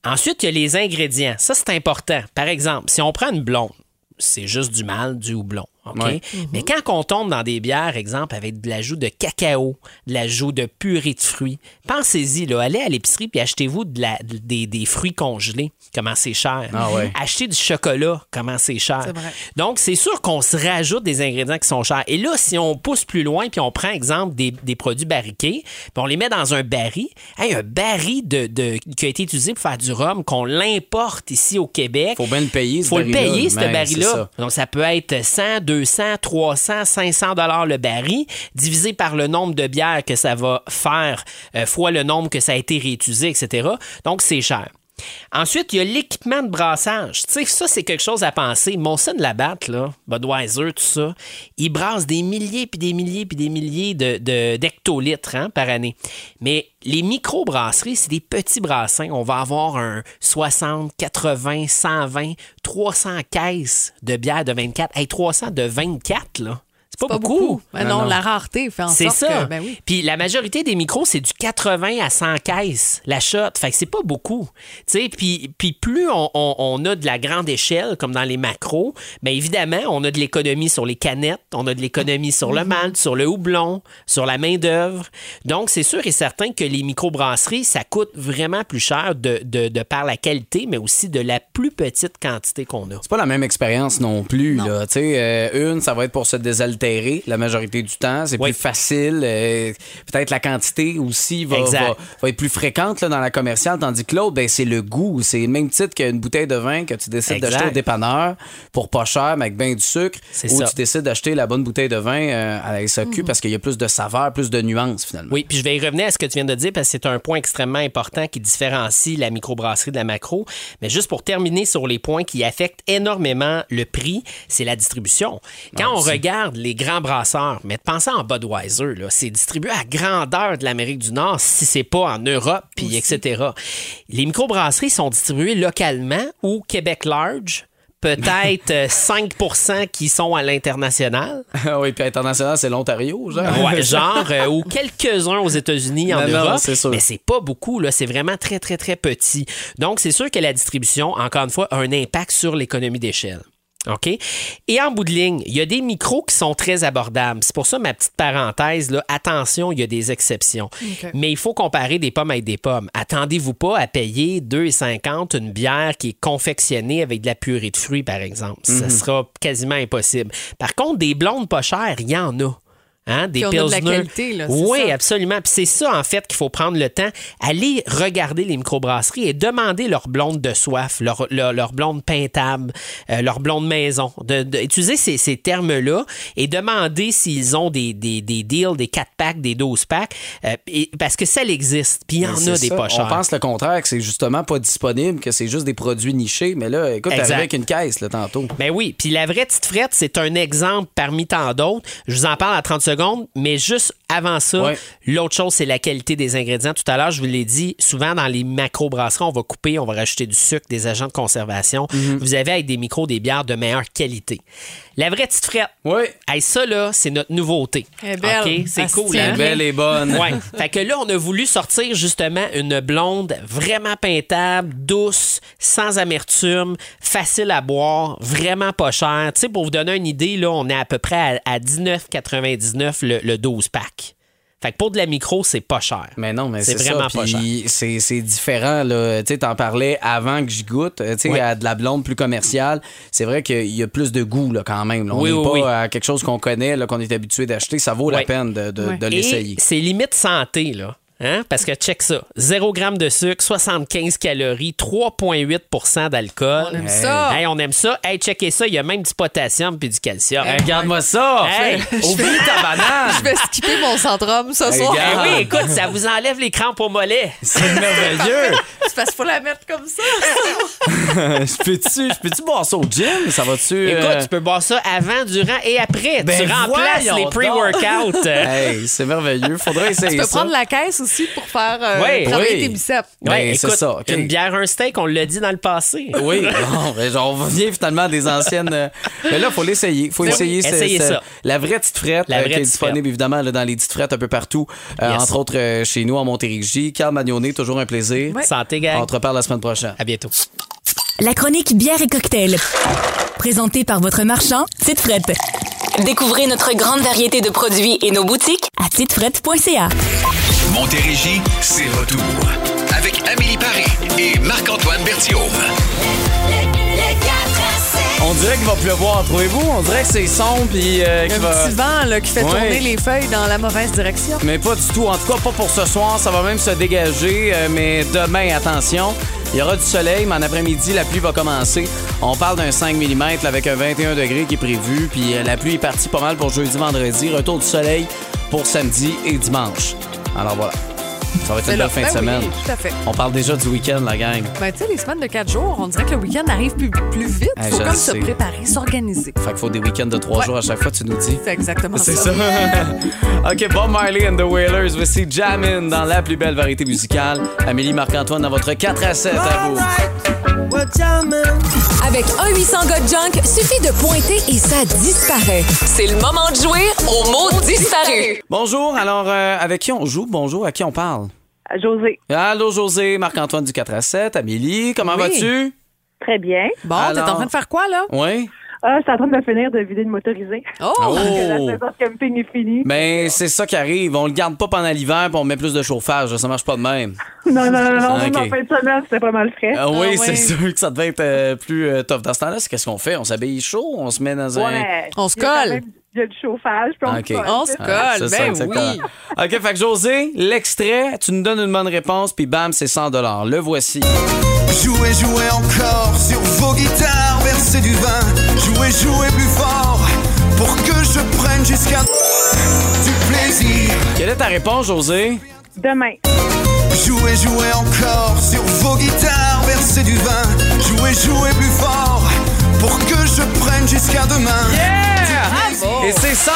Speaker 11: Ensuite, il y a les ingrédients. Ça, c'est important. Par exemple, si on prend une blonde, c'est juste du mal, du houblon. OK?
Speaker 2: Ouais.
Speaker 11: Mais quand on tombe dans des bières, exemple, avec de l'ajout de cacao, de l'ajout de purée de fruits, pensez-y, là, allez à l'épicerie puis achetez-vous de la- des, des fruits congelés, comment c'est cher.
Speaker 2: Ah ouais.
Speaker 11: Achetez du chocolat, comment c'est cher.
Speaker 2: C'est vrai.
Speaker 11: Donc, c'est sûr qu'on se rajoute des ingrédients qui sont chers. Et là, si on pousse plus loin, puis on prend exemple des, des produits barriqués, puis on les met dans un baril, Hey, un baril de, de- qui a été utilisé pour faire du rhum, qu'on l'importe ici au Québec.
Speaker 2: Faut bien le payer, ce
Speaker 11: faut le
Speaker 2: baril-là.
Speaker 11: payer, ce
Speaker 2: Ben, c'est
Speaker 11: baril-là.
Speaker 2: ça.
Speaker 11: Donc, ça peut être 100, 200, 300, 500 dollars le baril, divisé par le nombre de bières que ça va faire, euh, fois le nombre que ça a été réutilisé, etc. Donc, c'est cher. Ensuite, il y a l'équipement de brassage. Tu sais, ça, c'est quelque chose à penser. Monson Labatt, là, Budweiser, tout ça, ils brassent des milliers, puis des milliers, puis des milliers de- de- d'hectolitres hein, par année. Mais les micro-brasseries, c'est des petits brassins. On va avoir un 60, 80, 120, 300 caisses de bière de 24. Hey, 300 de 24, là. C'est pas,
Speaker 3: Pas
Speaker 11: beaucoup.
Speaker 3: beaucoup. Mais non, la rareté fait en
Speaker 11: C'est
Speaker 3: sorte
Speaker 11: ça.
Speaker 3: que. Ben oui.
Speaker 11: Puis la majorité des micros, c'est du 80 à 100 caisses, la shot. Fait que c'est pas beaucoup. Tu sais, Puis, puis plus on, on- on a de la grande échelle, comme dans les macros, bien évidemment, on a de l'économie sur les canettes, on a de l'économie sur
Speaker 3: Mm-hmm.
Speaker 11: le malt, sur le houblon, sur la main-d'œuvre. Donc, c'est sûr et certain que les microbrasseries, ça coûte vraiment plus cher de, de- de par la qualité, mais aussi de la plus petite quantité qu'on a.
Speaker 2: C'est pas la même expérience non plus. Là. Tu sais, euh, une, ça va être pour se désaltérer la majorité du temps. C'est plus facile. euh, Peut-être la quantité aussi va,
Speaker 11: Exact.
Speaker 2: va- va être plus fréquente là, dans la commerciale, tandis que l'autre, ben, c'est le goût. C'est le même titre qu'une bouteille de vin que tu décides
Speaker 11: Exact.
Speaker 2: d'acheter au dépanneur pour pas cher, mais avec bien du sucre.
Speaker 11: C'est
Speaker 2: Ou
Speaker 11: ça. Mhm.
Speaker 2: tu décides d'acheter la bonne bouteille de vin euh, à la SAQ parce qu'il y a plus de saveur, plus de nuances finalement.
Speaker 11: Oui, puis je vais y revenir à ce que tu viens de dire parce que c'est un point extrêmement important qui différencie la microbrasserie de la macro. Mais juste pour terminer sur les points qui affectent énormément le prix, c'est la distribution. Quand on regarde les grands brasseurs, mais pensez en Budweiser, là, c'est distribué à grandeur de l'Amérique du Nord si c'est pas en Europe, puis etc. Les microbrasseries sont distribuées localement ou Québec large. Peut-être euh, 5 qui sont à l'international.
Speaker 2: oui, puis international, c'est l'Ontario, genre.
Speaker 11: Ouais, genre, euh, ou quelques-uns aux États-Unis, en
Speaker 2: Non, non,
Speaker 11: Europe.
Speaker 2: c'est sûr.
Speaker 11: Mais c'est pas beaucoup, là. C'est vraiment très, très, très petit. Donc, c'est sûr que la distribution, encore une fois, a un impact sur l'économie d'échelle. OK? Et en bout de ligne, il y a des micros qui sont très abordables. C'est pour ça ma petite parenthèse, là, attention, il y a des exceptions.
Speaker 12: OK.
Speaker 11: Mais il faut comparer des pommes avec des pommes. Attendez-vous pas à payer 2,50 une bière qui est confectionnée avec de la purée de fruits, par exemple. Ça
Speaker 12: Mhm.
Speaker 11: sera quasiment impossible. Par contre, des blondes pas chères, il y en a. Hein, des
Speaker 3: Puis on a de la
Speaker 11: Pilsner.
Speaker 3: qualité, là, c'est
Speaker 11: oui,
Speaker 3: ça.
Speaker 11: absolument. Puis c'est ça, en fait, qu'il faut prendre le temps. Aller regarder les microbrasseries et demander leur blonde de soif, leur, leur, leur blonde peintable, euh, leur blonde maison. De, de- utiliser ces, ces termes-là et demander s'ils ont des, des, des deals, des 4-packs, des 12-packs, euh, et- parce que ça existe. Puis il y en
Speaker 2: Mais
Speaker 11: a
Speaker 2: Ben, c'est
Speaker 11: des
Speaker 2: ça.
Speaker 11: pas chers.
Speaker 2: On pense le contraire, que c'est justement pas disponible, que c'est juste des produits nichés. Mais là, écoute, t'es
Speaker 11: Exact.
Speaker 2: arrivé avec une caisse, là, tantôt.
Speaker 11: Ben oui, puis la vraie petite frette, c'est un exemple parmi tant d'autres. Je vous en parle à 30 secondes, mais juste avant ça, l'autre chose, c'est la qualité des ingrédients. Tout à l'heure, je vous l'ai dit, souvent dans les macro-brasseries, on va couper, on va rajouter du sucre, des agents de conservation. Vous avez avec des micros des bières de meilleure qualité. La vraie petite frette,
Speaker 2: oui.
Speaker 11: ça, là, c'est notre nouveauté.
Speaker 3: Elle est belle.
Speaker 11: OK? C'est
Speaker 3: Elle se
Speaker 11: cool.
Speaker 3: tient
Speaker 11: hein?
Speaker 3: bien. Elle est bonne.
Speaker 11: Ouais. Fait que là, on a voulu sortir justement une blonde vraiment peintable, douce, sans amertume, facile à boire, vraiment pas chère. Tu sais, pour vous donner une idée, là, on est à peu près à, à 19,99 le, le 12 pack. Fait que pour de la micro, c'est pas cher.
Speaker 2: Mais non, mais
Speaker 11: c'est
Speaker 2: c'est
Speaker 11: vraiment
Speaker 2: ça.
Speaker 11: pas cher.
Speaker 2: Puis c'est c'est différent. là. Tu sais, t'en parlais avant que j'y goûte. Euh, Tu sais,
Speaker 11: Ouais.
Speaker 2: à de la blonde plus commerciale, c'est vrai qu'il y a plus de goût là, quand même. là. On
Speaker 11: Oui,
Speaker 2: n'est
Speaker 11: oui,
Speaker 2: pas
Speaker 11: oui.
Speaker 2: à quelque chose qu'on connaît, là, qu'on est habitué d'acheter. Ça vaut la
Speaker 11: Ouais.
Speaker 2: peine de, de-
Speaker 11: Ouais.
Speaker 2: de
Speaker 11: Et
Speaker 2: l'essayer.
Speaker 11: C'est limite santé, là. Hein? Parce que check ça. 0 g de sucre, 75 calories, 3,8 d'alcool.
Speaker 2: On aime ça.
Speaker 11: Hey, on aime ça. Hey, checkez ça. Il y a même du potassium puis du calcium.
Speaker 2: Hey, regarde-moi ça.
Speaker 11: Hey,
Speaker 2: Fais- oublie ta banane.
Speaker 3: Je vais skipper mon centrum ce
Speaker 11: Hey,
Speaker 3: soir. Ah
Speaker 11: regarde. Ben oui, écoute, ça vous enlève les crampes au mollet.
Speaker 2: C'est merveilleux.
Speaker 3: C'est parce qu'il faut la mettre comme ça.
Speaker 2: je peux-tu peux boire ça au gym? Ça va-tu? euh,
Speaker 11: Écoute, tu peux boire ça avant, durant et après.
Speaker 2: Ben
Speaker 11: tu remplaces
Speaker 2: voyons
Speaker 11: les
Speaker 2: donc.
Speaker 11: pre-workouts.
Speaker 2: hey, c'est merveilleux. Faudrait
Speaker 3: tu
Speaker 2: essayer
Speaker 3: peux
Speaker 2: ça.
Speaker 3: prendre la caisse aussi pour faire euh,
Speaker 11: Ouais.
Speaker 3: travailler
Speaker 11: Oui.
Speaker 3: tes biceps.
Speaker 11: Ouais,
Speaker 2: Ben, c'est
Speaker 11: écoute,
Speaker 2: ça, ok.
Speaker 11: une bière, un steak, on l'a dit dans le passé.
Speaker 2: Oui, non, mais on revient finalement à des anciennes. euh, Mais là, faut l'essayer. faut
Speaker 11: Oui,
Speaker 2: essayer ce-
Speaker 11: essayez
Speaker 2: ce-
Speaker 11: ça.
Speaker 2: La vraie petite frette
Speaker 11: La
Speaker 2: euh,
Speaker 11: vraie
Speaker 2: qui est
Speaker 11: petite
Speaker 2: disponible évidemment là, dans les petites frettes un peu partout, euh,
Speaker 11: Yes.
Speaker 2: entre autres euh, chez nous en Montérégie. Carl Magnonet, toujours un plaisir.
Speaker 11: Ouais. Santé, gang.
Speaker 2: On te reparle la semaine prochaine.
Speaker 11: À bientôt.
Speaker 10: La chronique bière et cocktail. Présentée par votre marchand, Tite Frette. Découvrez notre grande variété de produits et nos boutiques à titefrette.ca.
Speaker 12: Montérégie, c'est retour. Avec Amélie Paris et Marc-Antoine Berthiaume.
Speaker 2: On dirait qu'il va pleuvoir, trouvez-vous? On dirait que c'est sombre puis euh,
Speaker 3: Il y a
Speaker 2: qu'il
Speaker 3: un
Speaker 2: va-
Speaker 3: petit vent là, qui fait
Speaker 2: Ouais.
Speaker 3: tourner les feuilles dans la mauvaise direction.
Speaker 2: Mais pas du tout. En tout cas, pas pour ce soir. Ça va même se dégager. euh, mais demain, attention, il y aura du soleil, mais en après-midi, la pluie va commencer. On parle d'un 5 mm avec un 21 degrés qui est prévu. Puis euh, la pluie est partie pas mal pour jeudi, vendredi. Retour du soleil pour samedi et dimanche. Alors voilà. Ça va être
Speaker 3: C'est
Speaker 2: une
Speaker 3: là.
Speaker 2: belle fin de
Speaker 3: Ben oui,
Speaker 2: semaine.
Speaker 3: tout à fait.
Speaker 2: On parle déjà du week-end, la gang.
Speaker 3: Ben, tu sais, les semaines de 4 jours, on dirait que le week-end arrive plus, plus vite.
Speaker 2: Hey,
Speaker 3: faut
Speaker 2: je
Speaker 3: comme
Speaker 2: le
Speaker 3: se
Speaker 2: sais.
Speaker 3: préparer, s'organiser.
Speaker 2: Fait qu'il faut des week-ends de trois jours à chaque fois, tu nous dis.
Speaker 3: C'est exactement ça.
Speaker 2: C'est ça. OK, Bob Marley and the Wailers, voici Jamin dans la plus belle variété musicale. Amélie Marc-Antoine dans votre 4 à 7 à vous.
Speaker 10: Avec 1-800 de junk, suffit de pointer et ça disparaît. C'est le moment de jouer au mot disparu.
Speaker 2: Bonjour, alors euh, avec qui on joue? Bonjour, à qui on parle?
Speaker 8: José.
Speaker 2: Allô José, Marc-Antoine du 4 à 7, Amélie, comment
Speaker 8: Oui.
Speaker 2: vas-tu?
Speaker 8: Très bien.
Speaker 2: Bon, t'es Alors- en train de faire
Speaker 3: quoi, là?
Speaker 2: Oui?
Speaker 8: Ah, je suis en train de me finir de vider le motorisé.
Speaker 3: Oh!
Speaker 2: Oh!
Speaker 8: Parce que la saison de camping est finie.
Speaker 2: Ben, c'est ça qui arrive. On le garde pas pendant l'hiver puis on met plus de chauffage. Ça marche pas de même.
Speaker 8: Non, non, non, non,
Speaker 2: Ah,
Speaker 8: même
Speaker 2: ok.
Speaker 8: en fin de semaine, c'était pas mal frais.
Speaker 2: Ah oui, c'est sûr que ça devait être euh, plus euh, tough. Dans ce temps-là, c'est qu'est-ce qu'on fait? On s'habille chaud, on se met dans un.
Speaker 8: Ouais. Il y a quand même- Il y a du chauffage, puis on
Speaker 2: OK.
Speaker 8: se colle. Ben
Speaker 2: Ah, c'est ça, exactement. OK, fait que José, l'extrait, tu nous donnes une bonne réponse, puis bam, c'est 100 Le voici.
Speaker 1: Jouez, jouez encore sur vos guitares, versez du vin. Jouez, jouez plus fort pour que je prenne jusqu'à du plaisir.
Speaker 2: Quelle est ta réponse, José?
Speaker 8: Demain.
Speaker 1: Jouez, jouez encore sur vos guitares, versez du vin. Jouez, jouez plus fort pour que je prenne jusqu'à demain.
Speaker 2: Yeah!
Speaker 8: Oh.
Speaker 2: Et c'est 100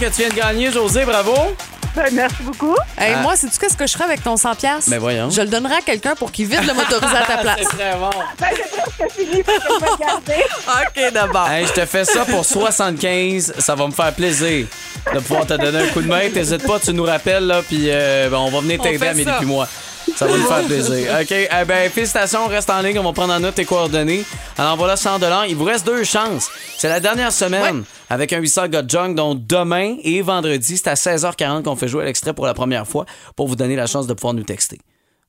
Speaker 2: que tu viens de gagner, José, bravo!
Speaker 8: merci beaucoup.
Speaker 3: Hey,
Speaker 2: Ah.
Speaker 3: Moi, c'est tu qu'est-ce que je ferais avec ton 100$? piastres?
Speaker 2: Ben voyons.
Speaker 3: Je le donnerais à quelqu'un pour qu'il vide le motorisé à ta place.
Speaker 2: C'est très bon.
Speaker 3: OK, d'abord.
Speaker 2: Hey, je te fais ça pour 75, ça va me faire plaisir de pouvoir te donner un coup de main. T'hésites pas, tu nous rappelles, là, puis euh, ben, on va venir
Speaker 11: On
Speaker 2: t'aider,
Speaker 11: fait
Speaker 2: Amélie,
Speaker 11: ça.
Speaker 2: puis moi. Ça va nous faire plaisir. OK, eh ben, félicitations, reste en ligne, on va prendre en note tes coordonnées. Alors voilà, 100 Il vous reste deux chances. C'est la dernière semaine avec un 800 Got Junk, donc demain et vendredi, c'est à 16h40 qu'on fait jouer l'extrait pour la première fois pour vous donner la chance de pouvoir nous texter.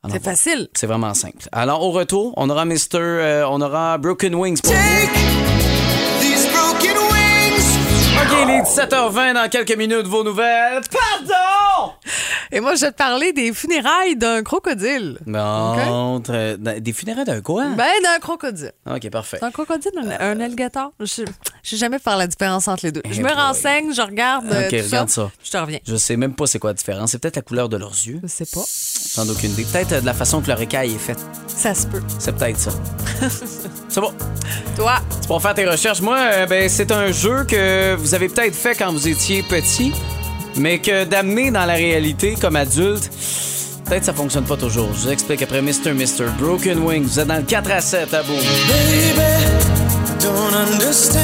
Speaker 2: Alors,
Speaker 3: C'est
Speaker 2: voilà.
Speaker 3: facile.
Speaker 2: C'est vraiment simple. Alors, au retour, on aura Mr. euh, on aura Broken Wings pour vous.
Speaker 1: These broken wings.
Speaker 2: OK, il est 17h20 dans quelques minutes, vos nouvelles. Pardon!
Speaker 3: Et moi, je vais te parler des funérailles d'un crocodile.
Speaker 2: Mm. Bon, très- Euh, dans- des funérailles d'un quoi?
Speaker 3: Ben, d'un crocodile.
Speaker 1: Bah.
Speaker 2: OK, parfait.
Speaker 3: C'est un crocodile, un, un alligator? Je sais- je sais jamais faire la différence entre les deux. Je
Speaker 2: Euh, Eh
Speaker 3: me
Speaker 2: boy.
Speaker 3: renseigne, je regarde. euh,
Speaker 2: OK,
Speaker 3: tout
Speaker 2: regarde ça.
Speaker 3: Je te reviens.
Speaker 2: Je sais même pas c'est quoi la différence. C'est peut-être la couleur de leurs yeux.
Speaker 3: Je sais pas.
Speaker 2: J'en ai aucune idée. Peut-être euh, de la façon que leur écaille est faite.
Speaker 3: Ça se peut.
Speaker 2: C'est peut-être ça. c'est bon.
Speaker 3: Toi,
Speaker 2: C'est pour faire tes recherches. Moi, euh, ben, c'est un jeu que vous avez peut-être fait quand vous étiez petit, mais que d'amener dans la réalité comme adulte, peut-être ça fonctionne pas toujours. Je vous explique après Mr. Mister. Broken Wings, vous êtes dans le 4 à 7 à Beaune.
Speaker 4: Don't understand.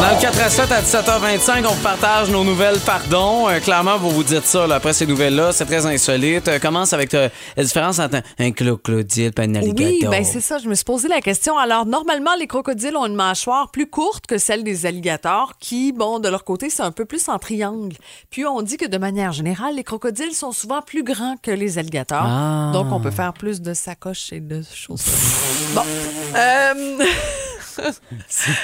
Speaker 2: Dans le 4 à 7 à 17h25, on vous partage nos nouvelles pardon. Euh, clairement, vous vous dites ça là, après ces nouvelles-là. C'est très insolite. Euh, commence avec euh, la différence entre un- un clo-clodile et un alligator.
Speaker 3: Oui, ben c'est ça, je me suis posé la question. Alors, normalement, les crocodiles ont une mâchoire plus courte que celle des alligators, qui, bon, de leur côté, c'est un peu plus en triangle. Puis, on dit que de manière générale, les crocodiles sont souvent plus grands que les alligators.
Speaker 2: Ah.
Speaker 3: Donc, on peut faire plus de sacoches et de choses. bon. Euh,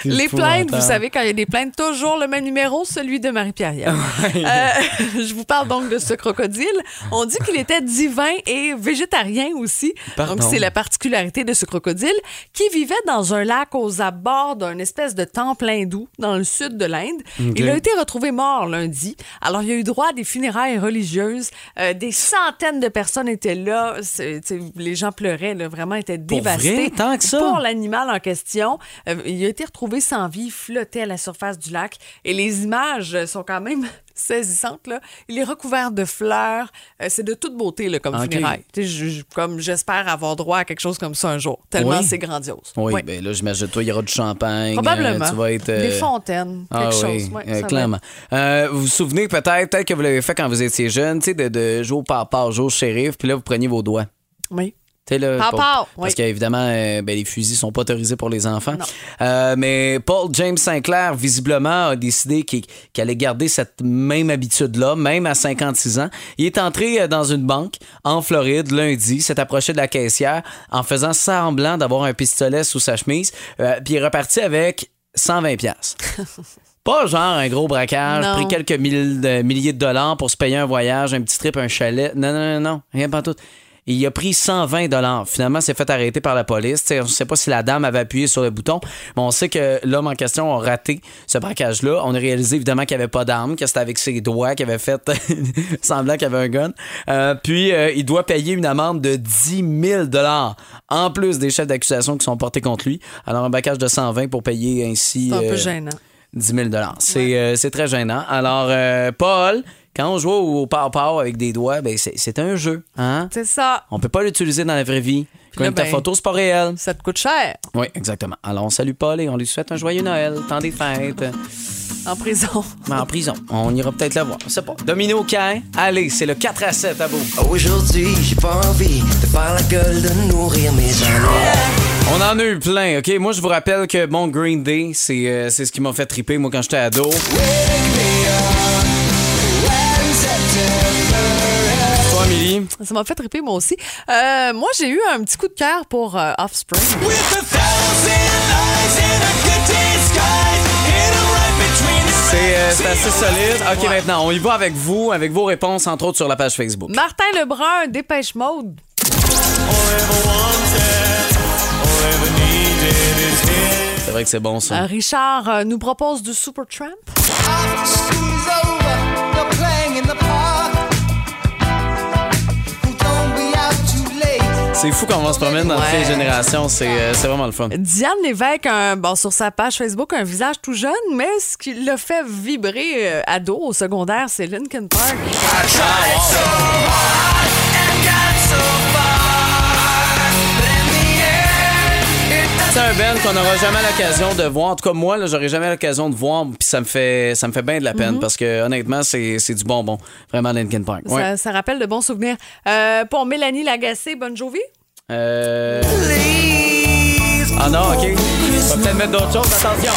Speaker 3: les plaintes, vous savez, quand il y a des plaintes, toujours le même numéro, celui de Marie-Pierre. Euh, je vous parle donc de ce crocodile. On dit qu'il était divin et végétarien aussi.
Speaker 13: Pardon.
Speaker 3: Donc, c'est la particularité de ce crocodile qui vivait dans un lac aux abords d'un espèce de temple hindou dans le sud de l'Inde.
Speaker 13: Ok.
Speaker 3: Il a été retrouvé mort lundi. Alors, il a eu droit à des funérailles religieuses. Euh, des centaines de personnes étaient là. C'est- tu sais, Les gens pleuraient, là, vraiment étaient
Speaker 2: Pour
Speaker 3: dévastés.
Speaker 2: vrai? Tant que ça?
Speaker 3: Pour l'animal en question, euh, il a été retrouvé sans vie, il flottait à la surface du lac. Et les images euh, sont quand même saisissantes. Là. Il est recouvert de fleurs. Euh, c'est de toute beauté là, comme
Speaker 2: Ah, Ok.
Speaker 3: funérailles. Tu sais, je- je- comme j'espère avoir droit à quelque chose comme ça un jour. Tellement
Speaker 2: Oui.
Speaker 3: c'est grandiose.
Speaker 2: Oui,
Speaker 3: Oui.
Speaker 2: ben là, j'imagine, toi, il y aura du champagne.
Speaker 3: Probablement.
Speaker 2: euh, tu vas être, euh,
Speaker 3: Des fontaines, quelque
Speaker 2: ah,
Speaker 3: chose.
Speaker 2: oui,
Speaker 3: Ouais,
Speaker 2: euh,
Speaker 3: ça va
Speaker 2: clairement. Euh, vous vous souvenez peut-être, peut-être que vous l'avez fait quand vous étiez jeune, tu sais, de, de jouer au papa, jouer au shérif, puis là, vous preniez vos doigts.
Speaker 3: Oui.
Speaker 2: T'sais, là,
Speaker 3: Pow,
Speaker 2: Paul-
Speaker 3: pow, oui.
Speaker 2: Parce qu'évidemment, euh, ben, les fusils sont pas autorisés pour les enfants. Euh, mais Paul James Sinclair, visiblement, a décidé qu'il qu'il allait garder cette même habitude-là, même à 56 ans. Il est entré euh, dans une banque en Floride lundi, s'est approché de la caissière en faisant semblant d'avoir un pistolet sous sa chemise, euh, puis il est reparti avec 120 pièces. Pas genre un gros braquage,
Speaker 3: Non.
Speaker 2: pris quelques mille- de- milliers de dollars pour se payer un voyage, un petit trip, un chalet. Non, non, non, non, rien pas tout. Il a pris 120 dollars. Finalement, s'est fait arrêter par la police. T'sais, on ne sait pas si la dame avait appuyé sur le bouton, mais on sait que l'homme en question a raté ce braquage-là. On a réalisé évidemment qu'il n'y avait pas d'arme, que c'était avec ses doigts qu'il avait fait semblant qu'il avait un gun. Euh, puis, euh, il doit payer une amende de 10 000 dollars en plus des chefs d'accusation qui sont portés contre lui. Alors, un braquage de 120 pour payer ainsi...
Speaker 3: C'est un
Speaker 2: euh,
Speaker 3: peu gênant.
Speaker 2: 10 000 C'est euh, c'est très gênant. Alors, euh, Paul, quand on joue au pow-pow avec des doigts, ben c'est c'est un jeu. Hein?
Speaker 3: C'est ça.
Speaker 2: On peut pas l'utiliser dans la vraie vie.
Speaker 3: Puis là,
Speaker 2: Comme ta
Speaker 3: ben,
Speaker 2: photo, c'est pas réel.
Speaker 3: Ça te coûte cher
Speaker 2: Oui, exactement. Alors, on salue Paul et on lui souhaite un joyeux Noël, temps des fêtes.
Speaker 3: en prison.
Speaker 2: Mais en prison, on ira peut-être le voir. Je sais pas. Domino Cain, allez, c'est le 4 à 7 à bout.
Speaker 13: Aujourd'hui, j'ai pas envie de faire la gueule de nourrir mes amis.
Speaker 2: On en a eu plein, OK? Moi, je vous rappelle que, bon, Green Day, c'est euh, c'est ce qui m'a fait triper, moi, quand j'étais ado. Toi, Amélie?
Speaker 3: Ça m'a fait triper, moi aussi. Euh, moi, j'ai eu un petit coup de cœur pour euh, Offspring.
Speaker 2: C'est euh, c'est assez solide. OK, maintenant, on y va avec vous, avec vos réponses, entre autres sur la page Facebook.
Speaker 3: Martin Lebrun, Dépêche Mode.
Speaker 2: C'est vrai que c'est bon, ça.
Speaker 3: Euh, Richard euh, nous propose du Supertramp.
Speaker 2: C'est fou comment on se promène dans toutes
Speaker 3: Ouais.
Speaker 2: les générations. C'est euh, c'est vraiment le fun.
Speaker 3: Diane Lévesque, un, bon, sur sa page Facebook, un visage tout jeune, mais ce qui l'a fait vibrer euh, ado au secondaire, c'est Linkin Park.
Speaker 2: C'est un band qu'on n'aura jamais l'occasion de voir. En tout cas, moi, là, j'aurai jamais l'occasion de voir. Puis ça me fait, ça me fait bien de la peine parce que, honnêtement, c'est c'est du bonbon. Vraiment, Linkin Park.
Speaker 3: Ça-
Speaker 2: Ouais.
Speaker 3: Ça, rappelle de bons souvenirs. Euh, pour Mélanie Lagacé, Bonne Jovi.
Speaker 2: Euh... Ah non, OK. On va peut-être mettre d'autres choses. Attention.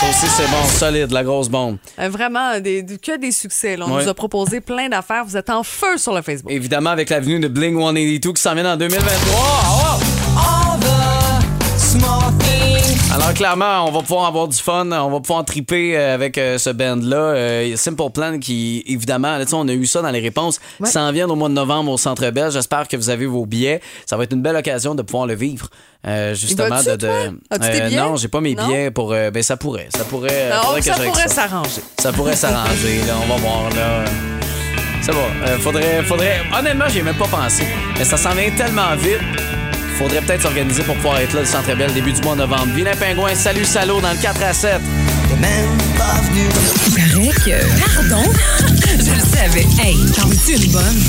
Speaker 2: Ça aussi, c'est bon. Solide, la grosse bombe.
Speaker 3: Euh, vraiment, des, du- que des succès. là. On
Speaker 2: Ouais.
Speaker 3: nous a proposé plein d'affaires. Vous êtes en feu sur le Facebook.
Speaker 2: Évidemment, avec l'avenue de Bling 182 qui s'en vient en 2023. Alors clairement, on va pouvoir avoir du fun, on va pouvoir triper euh, avec euh, ce band-là. Euh, Simple Plan qui, évidemment, là, tu sais, on a eu ça dans les réponses,
Speaker 11: Ouais.
Speaker 2: s'en vient au mois de novembre au Centre Bell. J'espère que vous avez vos billets. Ça va être une belle occasion de pouvoir le vivre. Euh, justement,
Speaker 3: vas-tu,
Speaker 2: de, de-
Speaker 3: toi? As-tu tes billets?
Speaker 2: non, j'ai pas mes
Speaker 3: Non?
Speaker 2: billets pour. euh, ben ça pourrait, ça pourrait. euh,
Speaker 3: Alors,
Speaker 2: faudrait que
Speaker 3: ça
Speaker 2: j'aille avec
Speaker 3: pourrait s'arranger.
Speaker 2: Ça pourrait s'arranger. là, on va voir là. C'est bon. Euh, faudrait, faudrait. Honnêtement, j'y ai même pas pensé. Mais ça s'en vient tellement vite. Faudrait peut-être s'organiser pour pouvoir être là le Centre Bell début du mois de novembre. Vilain pingouin, salut salaud dans le 4 à 7.
Speaker 14: Il paraît que. Pardon? Je le savais. Hey, t'en es une bonne?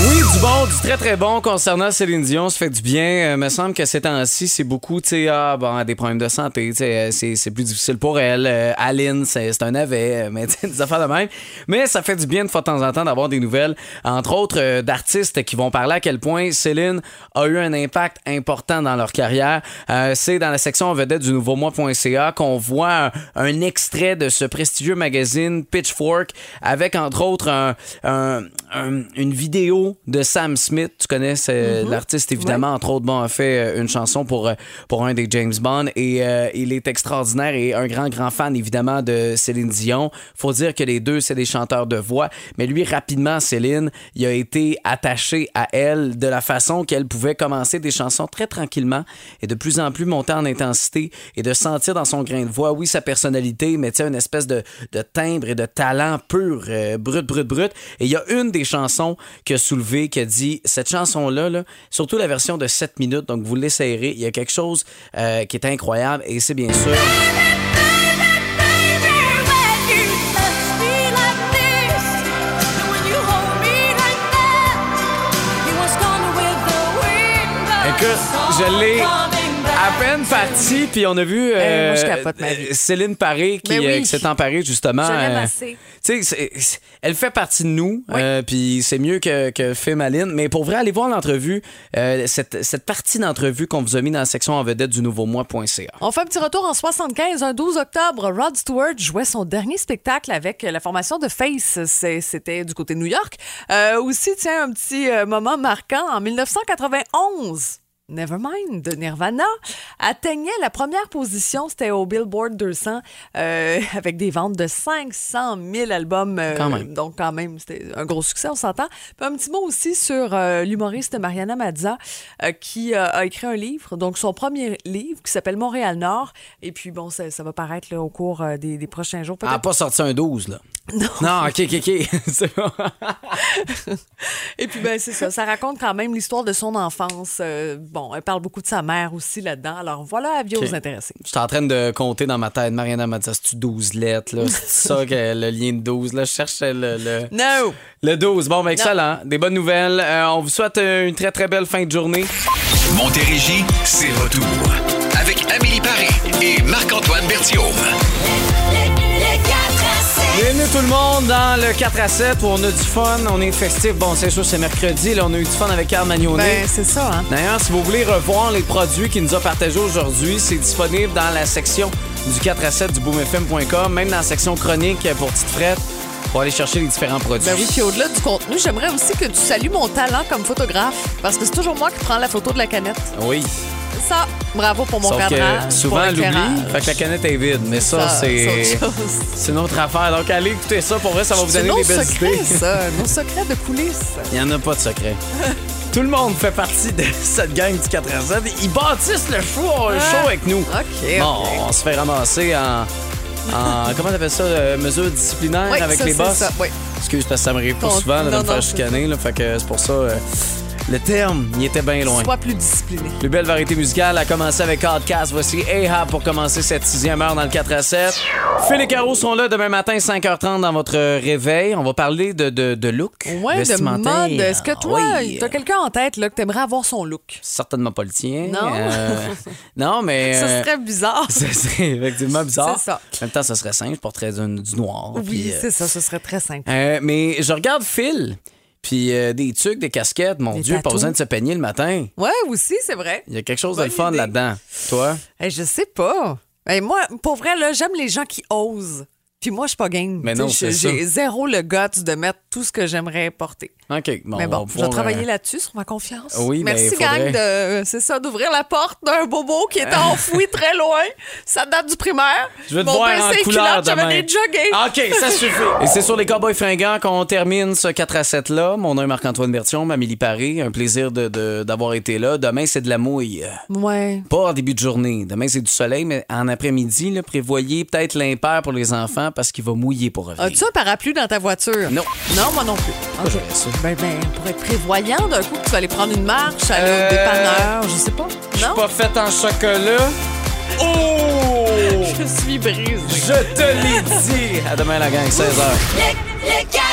Speaker 2: Oui, du bon, du très très bon concernant Céline Dion, ça fait du bien. Euh, me semble que ces temps-ci, c'est beaucoup, tu sais, ah, bon, des problèmes de santé, tu sais, euh, c'est c'est plus difficile pour elle. Euh, Aline, c'est c'est un navet, euh, mais tu sais, des affaires de même. Mais ça fait du bien de fois de temps en temps d'avoir des nouvelles, entre autres euh, d'artistes qui vont parler à quel point Céline a eu un impact important dans leur carrière. Euh, c'est dans la section vedette du nouveau mois.ca qu'on voit un, un extrait de ce prestigieux magazine Pitchfork avec entre autres un- un- un- une vidéo de Sam Smith. Tu connais ce- l'artiste évidemment, entre autres, bon, a fait euh, une chanson pour, euh, pour un des James Bond et euh, il est extraordinaire et un grand, grand fan évidemment de Céline Dion. Faut dire que les deux, c'est des chanteurs de voix, mais lui, rapidement, Céline, il a été attaché à elle de la façon qu'elle pouvait commencer des chansons très tranquillement et de plus en plus monter en intensité et de sentir dans son grain de voix, oui, sa personnalité, mais tu sais, une espèce de, de timbre et de talent pur, euh, brut, brut, brut. Et il y a une des chansons que a soulevé, qui a dit cette chanson-là, là, surtout la version de 7 minutes, donc vous l'essayerez, il y a quelque chose euh, qui est incroyable et c'est bien sûr. Écoute, je l'ai à peine parti, puis on a vu
Speaker 3: Eh, moi,
Speaker 2: euh,
Speaker 3: je capote ma vie.
Speaker 2: Céline Paré qui,
Speaker 3: Mais oui.
Speaker 2: euh, qui s'est emparée justement.
Speaker 3: Je l'aime
Speaker 2: euh,
Speaker 3: assez.
Speaker 2: tu sais, c'est- c'est- elle fait partie de nous, euh, puis c'est mieux que, que fait Maline. Mais pour vrai, allez voir l'entrevue, euh, cette, cette partie d'entrevue qu'on vous a mis dans la section en vedette du nouveau mois.ca.
Speaker 3: On fait un petit retour en 75, un 12 octobre. Rod Stewart jouait son dernier spectacle avec euh, la formation de Face. C'est- C'était du côté de New York. Euh, aussi, tiens, un petit euh, moment marquant. En 1991, Nevermind de Nirvana atteignait la première position. C'était au Billboard 200 euh, avec des ventes de 500 000 albums. euh,
Speaker 2: Quand même.
Speaker 3: donc, quand même, c'était un gros succès, on s'entend. Puis un petit mot aussi sur euh, l'humoriste Mariana Mazza, euh, qui euh, a écrit un livre, donc son premier livre, qui s'appelle Montréal Nord. Et puis, bon, ça, ça va paraître là, au cours euh, des, des prochains jours.
Speaker 2: Elle n'a
Speaker 3: peut-être.
Speaker 2: pas sorti un 12, là. Non. Non, ok, ok, ok. C'est bon. Ah.
Speaker 3: Et puis, ben, c'est ça. Ça raconte quand même l'histoire de son enfance. Euh, bon, elle parle beaucoup de sa mère aussi là-dedans. Alors, voilà, avis
Speaker 2: Ok.
Speaker 3: aux intéressés.
Speaker 2: Je suis en train de compter dans ma tête. Mariana m'a dit, c'est-tu 12 lettres, là? C'est ça, que le lien de 12, là? Je cherchais le... le...
Speaker 3: No!
Speaker 2: Le 12. Bon, ben, excellent. Des bonnes nouvelles. Euh, on vous souhaite euh, une très, très belle fin de journée.
Speaker 12: Montérégie, c'est retour. Avec Amélie Paris et Marc-Antoine Berthiaume.
Speaker 2: Bienvenue tout le monde dans le 4 à 7 où on a du fun, on est festif. Bon, c'est sûr, c'est mercredi. Là, on a eu du fun avec Carl Magnonet.
Speaker 3: Ben, c'est ça, hein?
Speaker 2: D'ailleurs, si vous voulez revoir les produits qu'il nous a partagés aujourd'hui, c'est disponible dans la section du 4 à 7 du boomfm.com, même dans la section chronique pour petite frette, pour aller chercher les différents produits.
Speaker 3: Ben oui, puis au-delà du contenu, j'aimerais aussi que tu salues mon talent comme photographe, parce que c'est toujours moi qui prends la photo de la canette.
Speaker 2: Oui.
Speaker 3: Ça, bravo pour mon
Speaker 2: Sauf
Speaker 3: cadrage.
Speaker 2: que
Speaker 3: pour
Speaker 2: souvent, elle
Speaker 3: l'éclairage.
Speaker 2: oublie, fait que la canette est vide. Mais ça,
Speaker 3: Ça,
Speaker 2: c'est.
Speaker 3: c'est autre chose.
Speaker 2: C'est une autre affaire. Donc, allez écouter ça. Pour vrai, ça va vous
Speaker 3: C'est
Speaker 2: donner
Speaker 3: nos
Speaker 2: des belles
Speaker 3: secrets,
Speaker 2: idées.
Speaker 3: ça, nos secrets de coulisses.
Speaker 2: Il n'y en a pas de secret. Tout le monde fait partie de cette gang du 4 à 7. Ils bâtissent le show, le show avec nous.
Speaker 3: Ah. OK.
Speaker 2: Bon, on se fait ramasser en. en- comment t'appelles ça? euh, mesure disciplinaire
Speaker 3: Oui,
Speaker 2: avec
Speaker 3: ça,
Speaker 2: les
Speaker 3: c'est
Speaker 2: boss?
Speaker 3: ça, oui.
Speaker 2: Excuse, parce que ça m'arrive pas
Speaker 3: Ton-
Speaker 2: souvent là, de
Speaker 3: non,
Speaker 2: me faire
Speaker 3: non,
Speaker 2: chicaner. là, fait que c'est pour ça. euh, le terme, il était bien loin.
Speaker 3: Sois plus discipliné.
Speaker 2: Plus belle variété musicale a commencé avec Outcast. Voici A-Hab pour commencer cette sixième heure dans le 4 à 7. Phil et Caro sont là demain matin, 5h30 dans votre réveil. On va parler de, de, de look
Speaker 3: Ouais, de
Speaker 2: vestimentaire.
Speaker 3: mode. Est-ce que toi,
Speaker 2: Ah Oui.
Speaker 3: t'as quelqu'un en tête là, que t'aimerais avoir son look?
Speaker 2: Certainement pas le tien.
Speaker 3: Non.
Speaker 2: Euh, non, mais...
Speaker 3: Ça
Speaker 2: euh,
Speaker 3: serait bizarre.
Speaker 2: ça serait effectivement bizarre.
Speaker 3: C'est ça.
Speaker 2: En même temps, ça serait simple. Je porterais du, du noir.
Speaker 3: Oui,
Speaker 2: puis, euh,
Speaker 3: c'est ça, ce serait très simple.
Speaker 2: euh, mais je regarde Phil, puis euh, des tucs, des casquettes. Mon
Speaker 3: Des
Speaker 2: Dieu, pas
Speaker 3: tatous.
Speaker 2: besoin de se peigner le matin.
Speaker 3: Ouais, aussi, c'est vrai.
Speaker 2: Il y a quelque chose
Speaker 3: Bonne
Speaker 2: de fun
Speaker 3: idée.
Speaker 2: là-dedans. Toi?
Speaker 3: Eh, je sais pas. Eh, moi, pour vrai, là, j'aime les gens qui osent. Puis moi, je suis pas game.
Speaker 2: Mais
Speaker 3: Tu sais,
Speaker 2: non,
Speaker 3: je-
Speaker 2: c'est ça.
Speaker 3: J'ai zéro le guts de mettre tout ce que j'aimerais porter.
Speaker 2: OK. Bon,
Speaker 3: mais
Speaker 2: on
Speaker 3: bon,
Speaker 2: va
Speaker 3: je vais
Speaker 2: pouvoir,
Speaker 3: travailler
Speaker 2: euh,
Speaker 3: là-dessus, sur ma confiance.
Speaker 2: oui, mais
Speaker 3: Merci,
Speaker 2: il faudrait- Euh.
Speaker 3: gang, de, c'est ça, d'ouvrir la porte d'un bobo qui était enfoui très loin. Ça date du primaire.
Speaker 2: Je veux te
Speaker 3: Mon
Speaker 2: voir
Speaker 3: père,
Speaker 2: en
Speaker 3: c'est
Speaker 2: couleur
Speaker 3: culottes, j'avais
Speaker 2: demain. Ah,
Speaker 3: des jogging.
Speaker 2: OK, ça suffit. Et c'est sur les Cowboys fringants qu'on termine ce 4 à 7-là. Mon nom est Marc-Antoine Bertion, Amélie Paré. Un plaisir de- de- d'avoir été là. Demain, c'est de la mouille. Euh,
Speaker 3: Ouais.
Speaker 2: Pas en début de journée. Demain, c'est du soleil, mais en après-midi, là, prévoyez peut-être l'impair pour les enfants parce qu'il va mouiller pour revenir.
Speaker 3: As-tu un parapluie dans ta voiture?
Speaker 2: Non.
Speaker 3: Non, moi non plus.
Speaker 2: Moi, j'aurais ça.
Speaker 3: Ben, ben, pour être prévoyant, d'un coup, tu vas aller prendre une marche, aller
Speaker 2: Euh,
Speaker 3: au dépanneur, je sais pas.
Speaker 2: Je suis
Speaker 3: Non?
Speaker 2: pas faite en chocolat. Oh!
Speaker 3: Je suis brisée.
Speaker 2: Je te l'ai dit. À demain, la gang, 16h.
Speaker 7: Le 4